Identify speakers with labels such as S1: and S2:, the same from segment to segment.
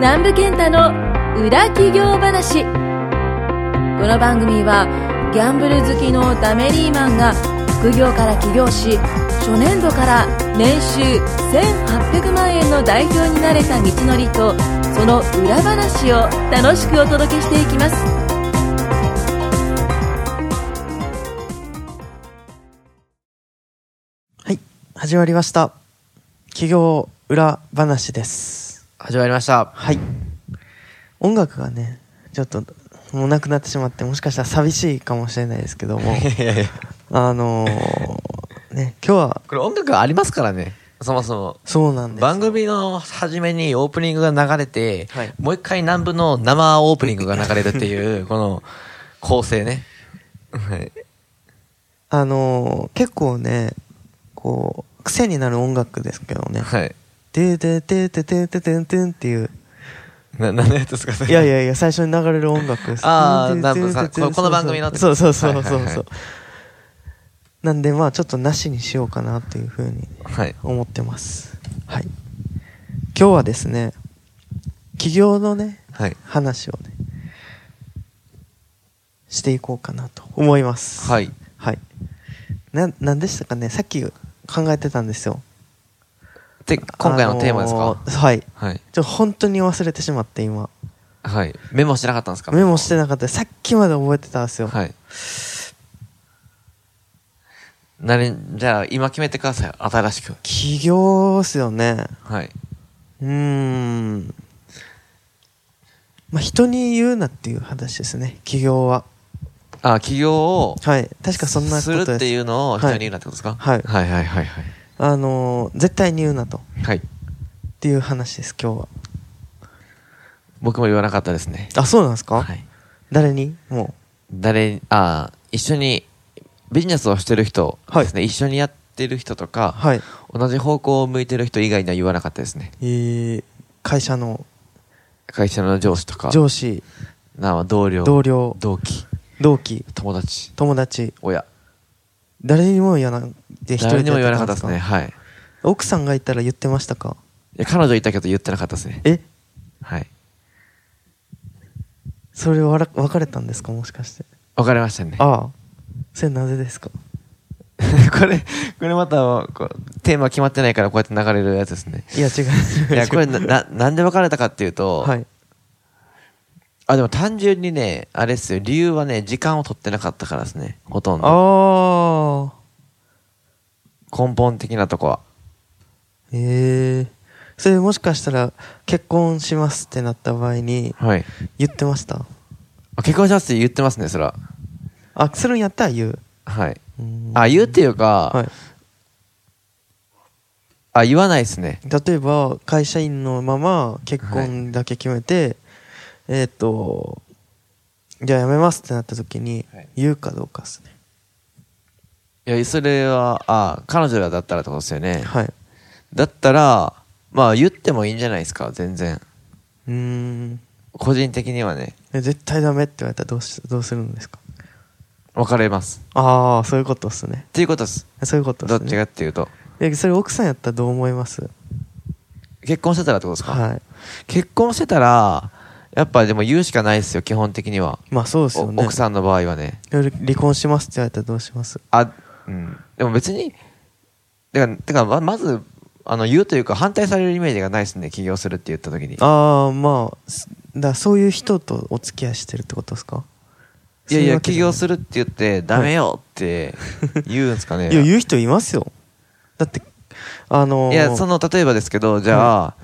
S1: 南部健太の裏企業話この番組はギャンブル好きのダメリーマンが副業から起業し初年度から年収1800万円の代表になれた道のりとその裏話を楽しくお届けしていきます
S2: はい、始まりました。企業裏話です。
S3: 始まりました。
S2: はい。音楽がね、ちょっともうなくなってしまって、もしかしたら寂しいかもしれないですけど も、あのーね、今日は
S3: これ音楽ありますからね。そもそも。
S2: そうなんです。
S3: 番組の初めにオープニングが流れて、
S2: はい
S3: もう一回南部の生オープニングが流れるっ ていう、この構成ね。はい
S2: あのー結構ね、こう、癖になる音楽ですけどね。
S3: はい。
S2: てててててててんてんっていう、
S3: な、何のやつですかそれ
S2: いやいやいや、最初に流れる音楽です。
S3: あー南部さんここの番組のって
S2: そうそうそうそうそう。
S3: はいはいはい
S2: なんで、まあ、ちょっとなしにしようかなというふうに
S3: はい。
S2: 思ってます。はい。今日はですね、企業のね、
S3: はい。
S2: 話をね、していこうかなと思います。
S3: はい。
S2: はい。な、なんでしたかね、さっき考えてたんですよ。
S3: で、今回のテーマですか、
S2: あのーはい。ちょ
S3: はい。
S2: っと本当に忘れてしまって、今。
S3: はい。メモしてなかったんですか
S2: メモしてなかったさっきまで覚えてたんですよ。
S3: はい。なに、じゃあ今決めてください。新しく。
S2: 起業っすよね。
S3: はい。
S2: うーん。まあ、人に言うなっていう話ですね。起業は。
S3: あ、企業を、
S2: はい。確かそんなこ
S3: す
S2: と
S3: る
S2: です。
S3: っていうのを人に言う
S2: はい、
S3: なってことですか、
S2: はい
S3: はいはいはいはい。
S2: あのー絶対に言うなと。
S3: はい。
S2: っていう話です、今日は。
S3: 僕も言わなかったですね。
S2: あ、そうなんですか、
S3: はい。
S2: 誰にも
S3: 誰に、あー一緒に、ビジネスをしてる人ですね。一緒にやってる人とか、
S2: う。はい。
S3: 同じ方向を向いてる人以外には言わなかったですね。
S2: えー、会社の
S3: 会社の上司とか、
S2: 上司、
S3: なあ同僚、
S2: 同僚、
S3: 同期、
S2: 同期、
S3: 友達、
S2: 友達、
S3: 親。
S2: 誰にも言わなくて一人
S3: 誰にも言わな
S2: や
S3: か
S2: っ
S3: ってた
S2: たん
S3: ですね。はい。い
S2: 奥さんがいたら言ってましたか
S3: や彼女いたけど言ってなかったですね。
S2: え
S3: はい。
S2: それわら別れたんですかもしかして。
S3: わかりましたね。
S2: ああ。それなぜですか
S3: これ、これまたこう、テーマ決まってないからこうやって流れるやつですね。
S2: いや、違う。
S3: いや、これな、な、なんで別れたかっていうと、
S2: はい。
S3: あ、でも単純にね、あれっすよ、理由はね、時間を取ってなかったからですね、ほとんど。
S2: ああ。
S3: 根本的なとこは。
S2: ええそれもしかしたら結婚しますってなった場合に
S3: はい。
S2: 言ってました
S3: あ結婚しますって言ってますね、そら。
S2: あ、するんやったら言う。
S3: はい。
S2: うん
S3: あ、言うっていうか、
S2: はい。
S3: あ、言わないですね。
S2: 例えば会社員のまま結婚だけ決めて、えっ、と、じゃあ辞めますってなった時に
S3: はい
S2: 言うかどうかですね。
S3: いや、それは、あ、彼女がだったらってことですよね。
S2: はい。
S3: だったら、まあ、言ってもいいんじゃないですか、全然。
S2: うーん。
S3: 個人的にはね、
S2: え絶対ダメって言われたらどうしどうするんですか
S3: 別れます。
S2: ああ、そういうことですね
S3: っ。ていうことです。
S2: そういうことです
S3: ど
S2: ね。
S3: っちがっていうと。
S2: えそれ奥さんやったらどう思います
S3: 結婚してたらってことですか、
S2: は
S3: 結婚してたら、やっぱでも言うしかないですよ、基本的には。
S2: い。まあそうですよね。
S3: お奥さんの場合はね。
S2: より離婚しますって言われたらどうします
S3: あ、うん。でも別に、てか、てかままず、あの、言うというか、反対されるイメージがないですね、起業するって言った時に。
S2: ああまあすだからそういう人とお付き合いしてるってことですか
S3: いやいや、
S2: そう
S3: 起
S2: う
S3: 業
S2: わけじ
S3: するって言って、ダメよって言うんですか
S2: ゃ
S3: ね。
S2: ないいや言う人いますよだってあのー
S3: いやその、例えばですけど、じゃあ、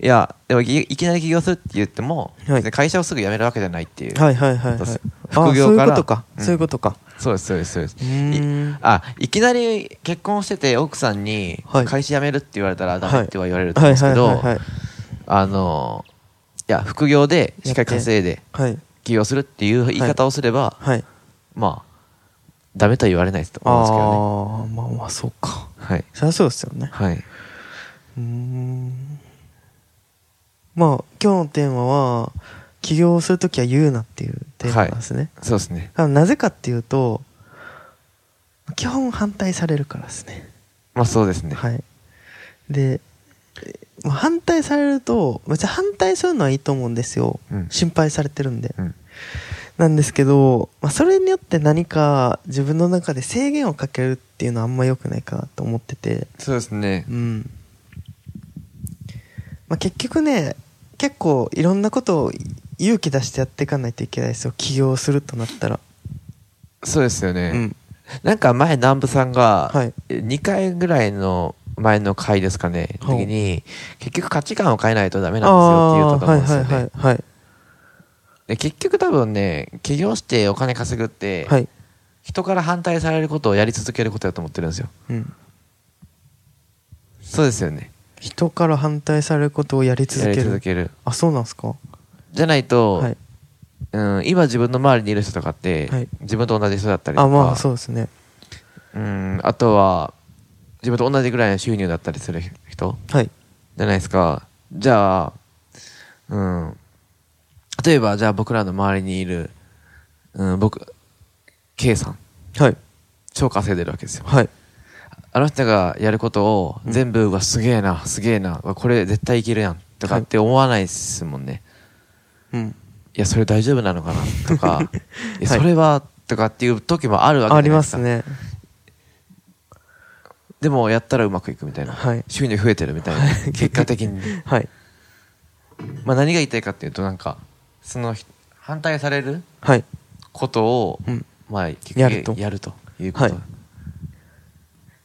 S3: いや、でもいいきなり起業するって言っても、
S2: はい
S3: 別に会社をすぐ辞めるわけじゃないっていう。
S2: はいはいはい、はい、
S3: 副業から
S2: あそういうことか、
S3: うん
S2: そういうことか
S3: そうです、そうです、そうです。
S2: うーん
S3: いあ、いきなり結婚してて奥さんに
S2: はい
S3: 会社辞めるって言われたらダメっては言われると思うんですけ
S2: はい
S3: ど
S2: はいはい、
S3: あの、いや、副業でしっかり稼いで
S2: はい
S3: 起業するっていう言い方をすれば、
S2: はい
S3: まあ、ダメとは言われないと
S2: あ
S3: 思うんですけどね。
S2: あーまあまあそうか
S3: はい。
S2: そりゃそうですよね
S3: はい。
S2: うーんまあ今日のテーマは起業するときは言うなっていうテーマなんですね、
S3: そうですね。
S2: あのなぜかっていうと基本反対されるからですね
S3: まあそうですね。
S2: はいでまあ反対されると、別に反対するのはいいと思うんですよ。
S3: うん
S2: 心配されてるんで。
S3: うん
S2: なんですけど、まあ、それによって何か自分の中で制限をかけるっていうのはあんま良くないかなと思ってて。
S3: そうですね
S2: う。ん。まあ、結局ね、結構いろんなことを勇気出してやっていかないといけないですよ。起業するとなったら。
S3: そうですよ
S2: う
S3: ね。
S2: ん。
S3: なんか前、南部さん
S2: は
S3: が
S2: い、
S3: 2回ぐらいの前の回ですかね、
S2: ほう
S3: 時に、結局価値観を変えないとダメ
S2: あ
S3: なんですよって言うと
S2: ーはい
S3: 思うんです
S2: は
S3: よ
S2: いは
S3: ね
S2: い。はい。
S3: で結局多分ね、起業してお金稼ぐって、
S2: はい。
S3: 人から反対されることをやり続けることだと思ってるんですよ。
S2: うん。
S3: そうですよね。
S2: 人から反対されることをやり続
S3: や
S2: け
S3: り続
S2: る。
S3: ける。
S2: あ、そうなんですか
S3: じゃないと、
S2: はい。
S3: うん、今自分の周りにいる人とかって、
S2: はい
S3: 自分と同じ人だったりと
S2: あ、
S3: か
S2: まあそうですね。
S3: うんあとは自分と同じぐらいの収入だったりする人
S2: はい。
S3: じゃないですかじゃあ、うん、例えばじゃあ僕らの周りにいる、うん、僕 K さん
S2: はい。
S3: 超稼いでるわけですよ
S2: はい。
S3: あの人がやることを全部、うわすげえなすげえなうわこれ絶対いけるやんとかって思わないですもんね、
S2: うん。
S3: い、やそれ大丈夫なのかな とか、いや
S2: はい
S3: それはとかっていう時もあるわけじ
S2: あ
S3: ゃな
S2: り
S3: いで
S2: ます
S3: か
S2: すね。
S3: でもやったらうまくいくみたいな、
S2: はい
S3: 収入増えてるみたいな、
S2: はい
S3: 結 果的に、
S2: はい。
S3: まあ、何が言いたいかっていうとなんかそのひ反対される
S2: はい。
S3: ことを、
S2: うん
S3: まあ、結
S2: やると
S3: やるということ、
S2: はい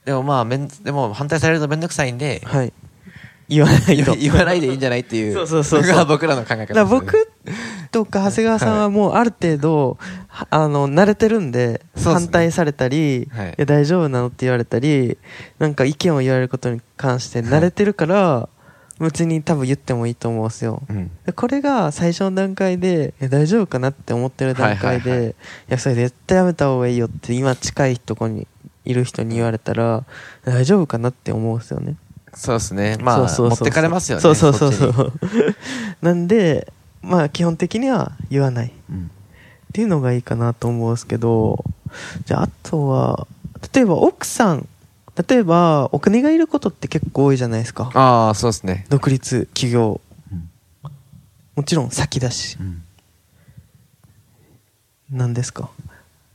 S3: でもまあめんでも反対されると面倒くさいんで、
S2: はい。言わない
S3: 言わ
S2: と。
S3: 言わないでいいんじゃないってい う
S2: そうそうそうそう
S3: のが 僕らの考え方です
S2: だか
S3: ね
S2: ら僕とか長谷川さんはもうある程度、はあの、慣れてるんで、
S3: そうっすね
S2: 反対されたり、
S3: はい
S2: いや大丈夫なのって言われたり、なんか意見を言われることに関して慣れてるから、別に多分言ってもいいと思うんですよ。
S3: うん
S2: でこれが最初の段階で、いや大丈夫かなって思ってる段階で、
S3: はい
S2: い
S3: はいは
S2: や、それ絶対やめた方がいいよって今近いとこにいる人に言われたら、大丈夫かなって思うんですよね。
S3: そうですねまあ
S2: そうそうそう
S3: 持ってかれますよね
S2: そうそうそうそ
S3: っち
S2: う。 なんで、まあ基本的には言わないっ
S3: にうん
S2: ていうのがいいかなと思うんですけど、じゃああとは、例えば奥さん、例えばお金がいることって結構多いじゃないですか。
S3: ああそうですね、
S2: 独立、起業、
S3: うん
S2: もちろん先だし、なんですか。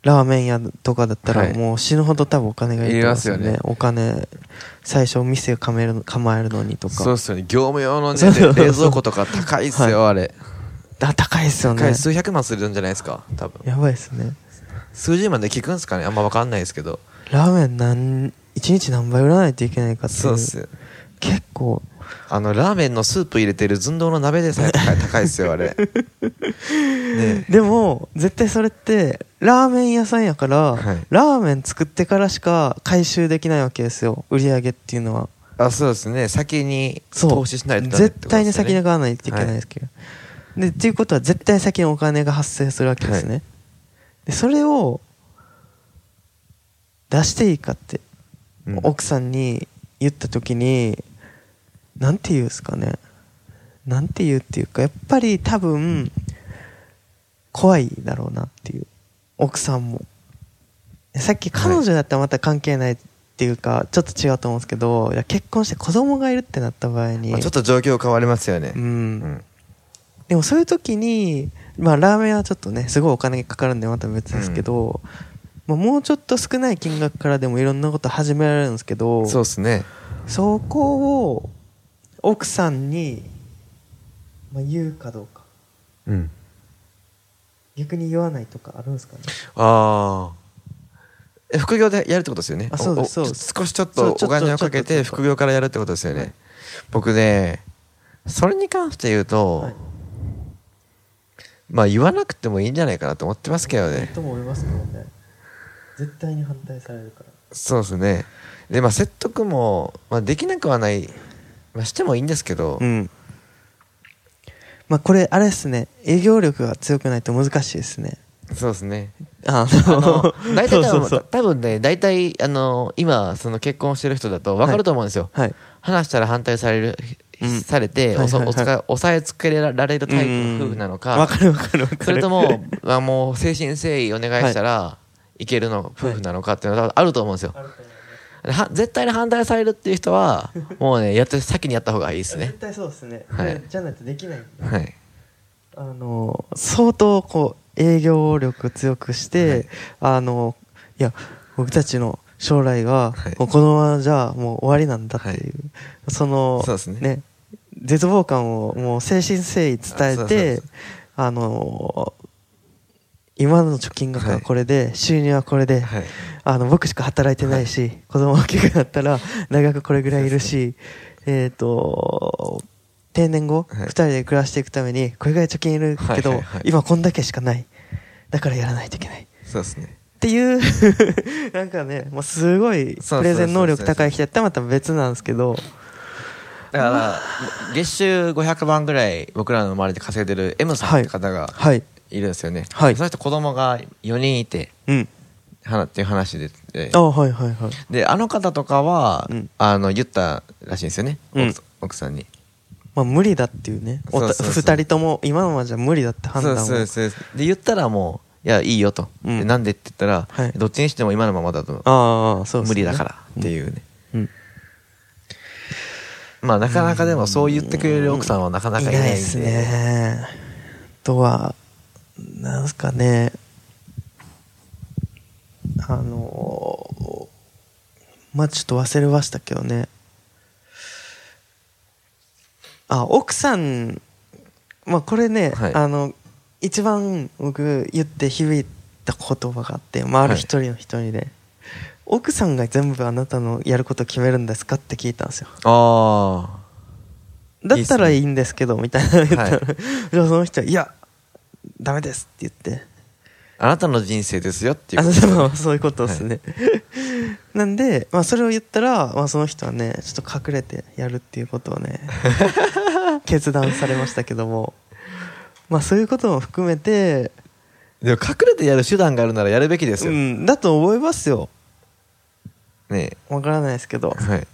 S2: ラーメン屋とかだった
S3: は
S2: ら
S3: い
S2: もう死ぬほど多分お金がいると思うんですよ
S3: いり
S2: ね。
S3: ます
S2: お金、最初店構えるの構えるのにと
S3: そう
S2: か
S3: で。すよね業務用の、ね、
S2: そうそうそう
S3: 冷蔵庫とか高いっすよ、あれ
S2: あ、高いですよ
S3: 一回
S2: ね。
S3: 数百万するんじゃないですか多分
S2: やばいですね。
S3: 数十万で聞くんですかねあんま分かんないですけど
S2: ラーメンなん一日何杯売らないといけないかっていう
S3: そうっす
S2: 結構
S3: あのラーメンのスープ入れてる寸胴の鍋でさえ高い高いっすよ あれね
S2: でも絶対それってラーメン屋さんやから、
S3: はい
S2: ラーメン作ってからしか回収できないわけですよ売り上げっていうのは
S3: あそうですね先に
S2: そう
S3: 投資しないとダメって
S2: 絶
S3: こと
S2: 対
S3: で
S2: に
S3: すよね
S2: 先に買わないといけないですけど、でっていうことは絶対先にお金が発生するわけですね、
S3: はい
S2: でそれを出していいかって、
S3: うん
S2: 奥さんに言った時になんて言うんですかねなんて言うっていうかやっぱり多分怖いだろうなっていう奥さんもさっき彼女だったらまた関係ないっていうか、ちょっと違うと思うんですけどいや結婚して子供がいるってなった場合に、
S3: まあちょっと状況変わりますよね
S2: う、
S3: うん
S2: でもそういう時に、まあ、ラーメンはちょっとねすごいお金がかかるんでまた別ですけど、まあ、もうちょっと少ない金額からでもいろんなこと始められるんですけど
S3: そうですね
S2: そこを奥さんに、まあ、言うかどうか
S3: うん
S2: 逆に言わないとかあるんですかね
S3: ああえ副業でやるってことですよね
S2: あそうです
S3: おお
S2: そうです
S3: 少しちょっ
S2: そ
S3: と
S2: うちょ
S3: お
S2: っと
S3: 金をかけ
S2: ちょ
S3: て
S2: っとちょっと
S3: 副業からやるってことですよね僕ねそれに関して言うと、
S2: はい
S3: まあ言わなくてもいいんじゃないかなと思ってますけどね
S2: とも思いますけどね絶対に反対されるから
S3: そうですねでまあ説得も、まあ、できなくはない、まあ、してもいいんですけど、
S2: うんまあこれあれですね営業力が強くないと難しいですね
S3: そうで すね
S2: あ
S3: あの 大体多分
S2: そうそうそう
S3: 多分ね大体あの今その結婚してる人だと分かると思うんですよ、
S2: はい
S3: 話したら反対される、
S2: うん
S3: されて、おそ
S2: はいはいはい
S3: おつか抑えつけられるタイプの夫婦なのか、
S2: わかるわかるわかる
S3: それとも、まあ、もう誠心誠意お願いしたら、いけるの夫婦なのかっていうのは多分あると思うんですよ。は絶対に反対されるっていう人はもうねやって先にやった方がいいですね
S2: 絶対そうですね、
S3: はい
S2: じゃないとできないんで
S3: はい
S2: あの相当こう営業力強くして、あのいや僕たちの将来が、
S3: はい
S2: もうこのままじゃもう終わりなんだっていう、その
S3: そうですね
S2: 絶望感をもう精神誠意伝え
S3: あそうそう
S2: て
S3: そう
S2: あの今の貯金額はこれで、収入はこれで、
S3: はい
S2: あの僕しか働いてないし、子供大きくなったら大学これぐらいいるし、えっ、と、定年後、
S3: はい
S2: 二人で暮らしていくために、これぐらい貯金いるけど、
S3: はいはいはい
S2: 今こんだけしかない。だからやらないといけない。っ
S3: そうですね
S2: て いう、なんかね、もうすごい
S3: そうそうそうそう
S2: プレゼン能力高い人やったらまた別なんですけど、
S3: だから月収500万ぐらい僕らの周りで稼いでる M さんって方が
S2: はい。
S3: いるんですよね、
S2: はい
S3: その人子供が4人いて
S2: うん。
S3: はっていう話でで
S2: あはいはいはい。
S3: であの方とかは、
S2: うん
S3: あの言ったらしいんですよね、
S2: うん
S3: 奥奥さんに
S2: まあ無理だっていうね。おた
S3: そうそうそう
S2: 二人とも今のままじゃ無理だって判断を。
S3: そうそうそうで言ったらもう「いやいいよ」と「
S2: うん
S3: でなんで?」って言ったら、
S2: はい
S3: どっちにしても今のままだと
S2: ああ、そうです
S3: 無
S2: ね
S3: 理だから」っていうね、
S2: うん。
S3: まあなかなかでもそう言ってくれる奥さんはなかなかいないんで
S2: ですねあとはなんすかねあのまあちょっと忘れましたけどねあ奥さんまあこれね、
S3: はい
S2: あの一番僕言って響いた言葉があって、まあ、ある一人の人にね、奥さんが全部あなたのやることを決めるんですかって聞いたんですよ
S3: ああ
S2: だったらいいんですけど、みたいな言ったら、
S3: はい
S2: じゃあその人は、いや、ダメですって言って、
S3: あなたの人生ですよっていう
S2: あ
S3: こと
S2: でもまあそういうことですね。なんで、まあ、それを言ったら、まあ、その人はね、ちょっと隠れてやるっていうことを ね、決断されましたけども、まあ、そういうことも含めて、
S3: でも隠れてやる手段があるならやるべきです
S2: う
S3: よ、
S2: ん、だと思いますよ。
S3: ね
S2: わからないですけど
S3: え。はい、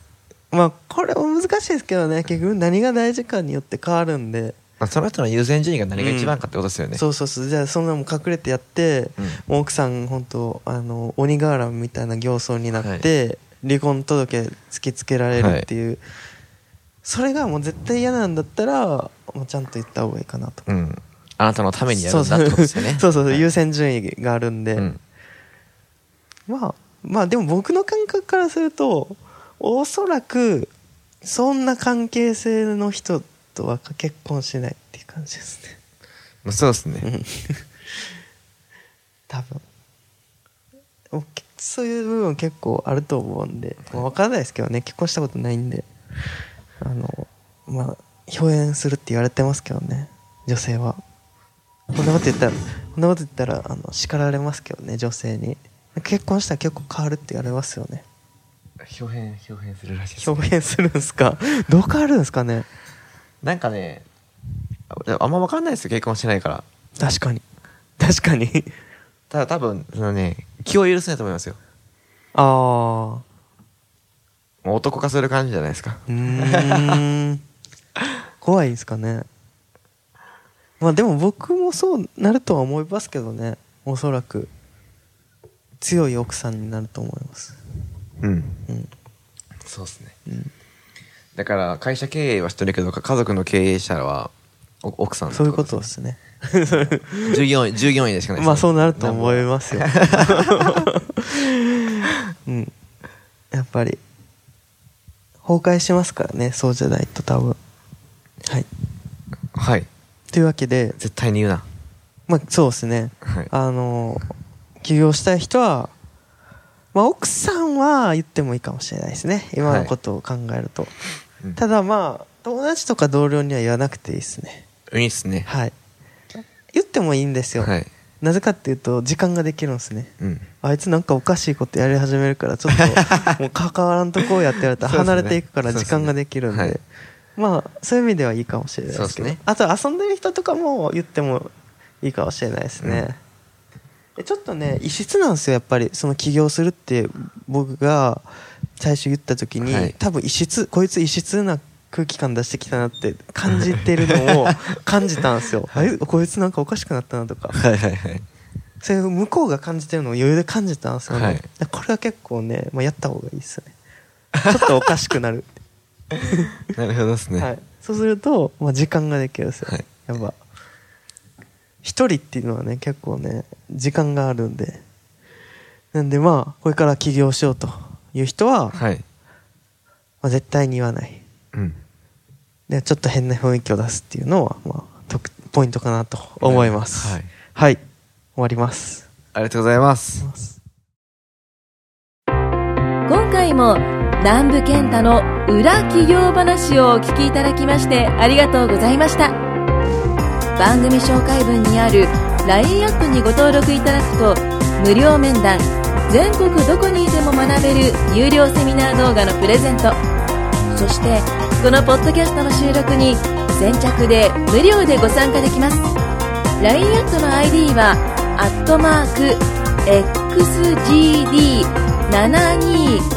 S2: まあ、これも難しいですけどね、結局何が大事かによって変わるんで、
S3: まあ、その人の優先順位が何が一番かってことですよね、
S2: そうそうそうじゃあそんなもん隠れてやって、
S3: うん
S2: もう奥さん本当あの鬼瓦みたいな形相になって、離婚届突きつけられるっていう、それがもう絶対嫌なんだったらもうちゃんと言った方がいいかなと
S3: うん、あなたのためにやる
S2: そうんそう
S3: だってことですよね
S2: そうそうそう
S3: はい
S2: 優先順位があるんで、
S3: うん
S2: まあまあでも僕の感覚からするとおそらくそんな関係性の人とは結婚しないっていう感じですね
S3: まあ、そうですね、
S2: 多分おけそういう部分結構あると思うんで、まあ、分からないですけどね結婚したことないんであのまあ表現するって言われてますけどね女性はこんなこと言ったらこんなこと言ったらあの叱られますけどね女性に結婚したら結構変わるって言われますよね
S3: 表変表変するらしいですね
S2: 表現するんすかどう変わるんすかね
S3: なんかねああんま分かんないですよ結婚してないから
S2: 確かに確かに
S3: ただ多分そのね気を許せないと思いますよ
S2: ああ
S3: もう男化する感じじゃないですか
S2: うーん怖いですかねまあでも僕もそうなるとは思いますけどねおそらく強い奥さんになると思います
S3: うん
S2: うん
S3: そうですね
S2: うん
S3: だから会社経営はしてるけど家族の経営者はお奥さん
S2: そういうことですね
S3: 従業員従業員でしかないですね
S2: まあそうなると思いますようんやっぱり崩壊しますからねそうじゃないと多分はい
S3: はい
S2: というわけで
S3: 絶対に言うな
S2: まあそうですね
S3: はい
S2: あの、起業したい人は、まあ、奥さんは言ってもいいかもしれないですね。今のことを考えると。
S3: うん
S2: ただまあ、友達とか同僚には言わなくていいですね。
S3: いいっすね
S2: はい。言ってもいいんですよ。
S3: はい
S2: なぜかっていうと、時間ができるんですね。
S3: うん
S2: あいつなんかおかしいことやり始めるから、ちょっと、もう関わらん とこうやってやると
S3: そうですね
S2: 離れていくから時間ができるんで。
S3: そうですね
S2: まあ、そういう意味ではいいかもしれないですけど。
S3: そうですね
S2: あと、遊んでる人とかも言ってもいいかもしれないですね。えちょっとね、異質なんですよ、やっぱり。その起業するって、僕が最初言った時に、
S3: はい
S2: 多分異質、こいつ異質な空気感出してきたなって感じてるのを感じたんですよ。
S3: はい
S2: あれこいつなんかおかしくなったなとか。
S3: はいはいはい
S2: それを向こうが感じてるのを余裕で感じたんですよね、
S3: はい
S2: だからこれは結構ね、まあ、やった方がいいですよねちょっとおかしくなる。
S3: なるほどですね。
S2: はい、そうすると、まあ、時間ができるんですよ、
S3: はい
S2: やっぱ一人っていうのはね結構ね時間があるんでなんでまあこれから起業しようという人は、ま
S3: はい。
S2: あ、絶対に言わない
S3: うん。
S2: でちょっと変な雰囲気を出すっていうのは、まあ、特ポイントかなと思います
S3: はい、
S2: はい、終わります
S3: ありがとうございます。
S1: 今回も南部健太の裏企業話をお聞きいただきましてありがとうございました番組紹介文にある LINE アップにご登録いただくと無料面談全国どこにいても学べる有料セミナー動画のプレゼントそしてこのポッドキャストの収録に先着で無料でご参加できます LINE アットの ID はアットマーク XGD7259D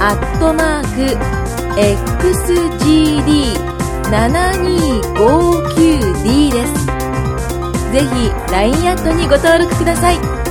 S1: アットマーク XGD7259D ですぜひ LINE アットにご登録ください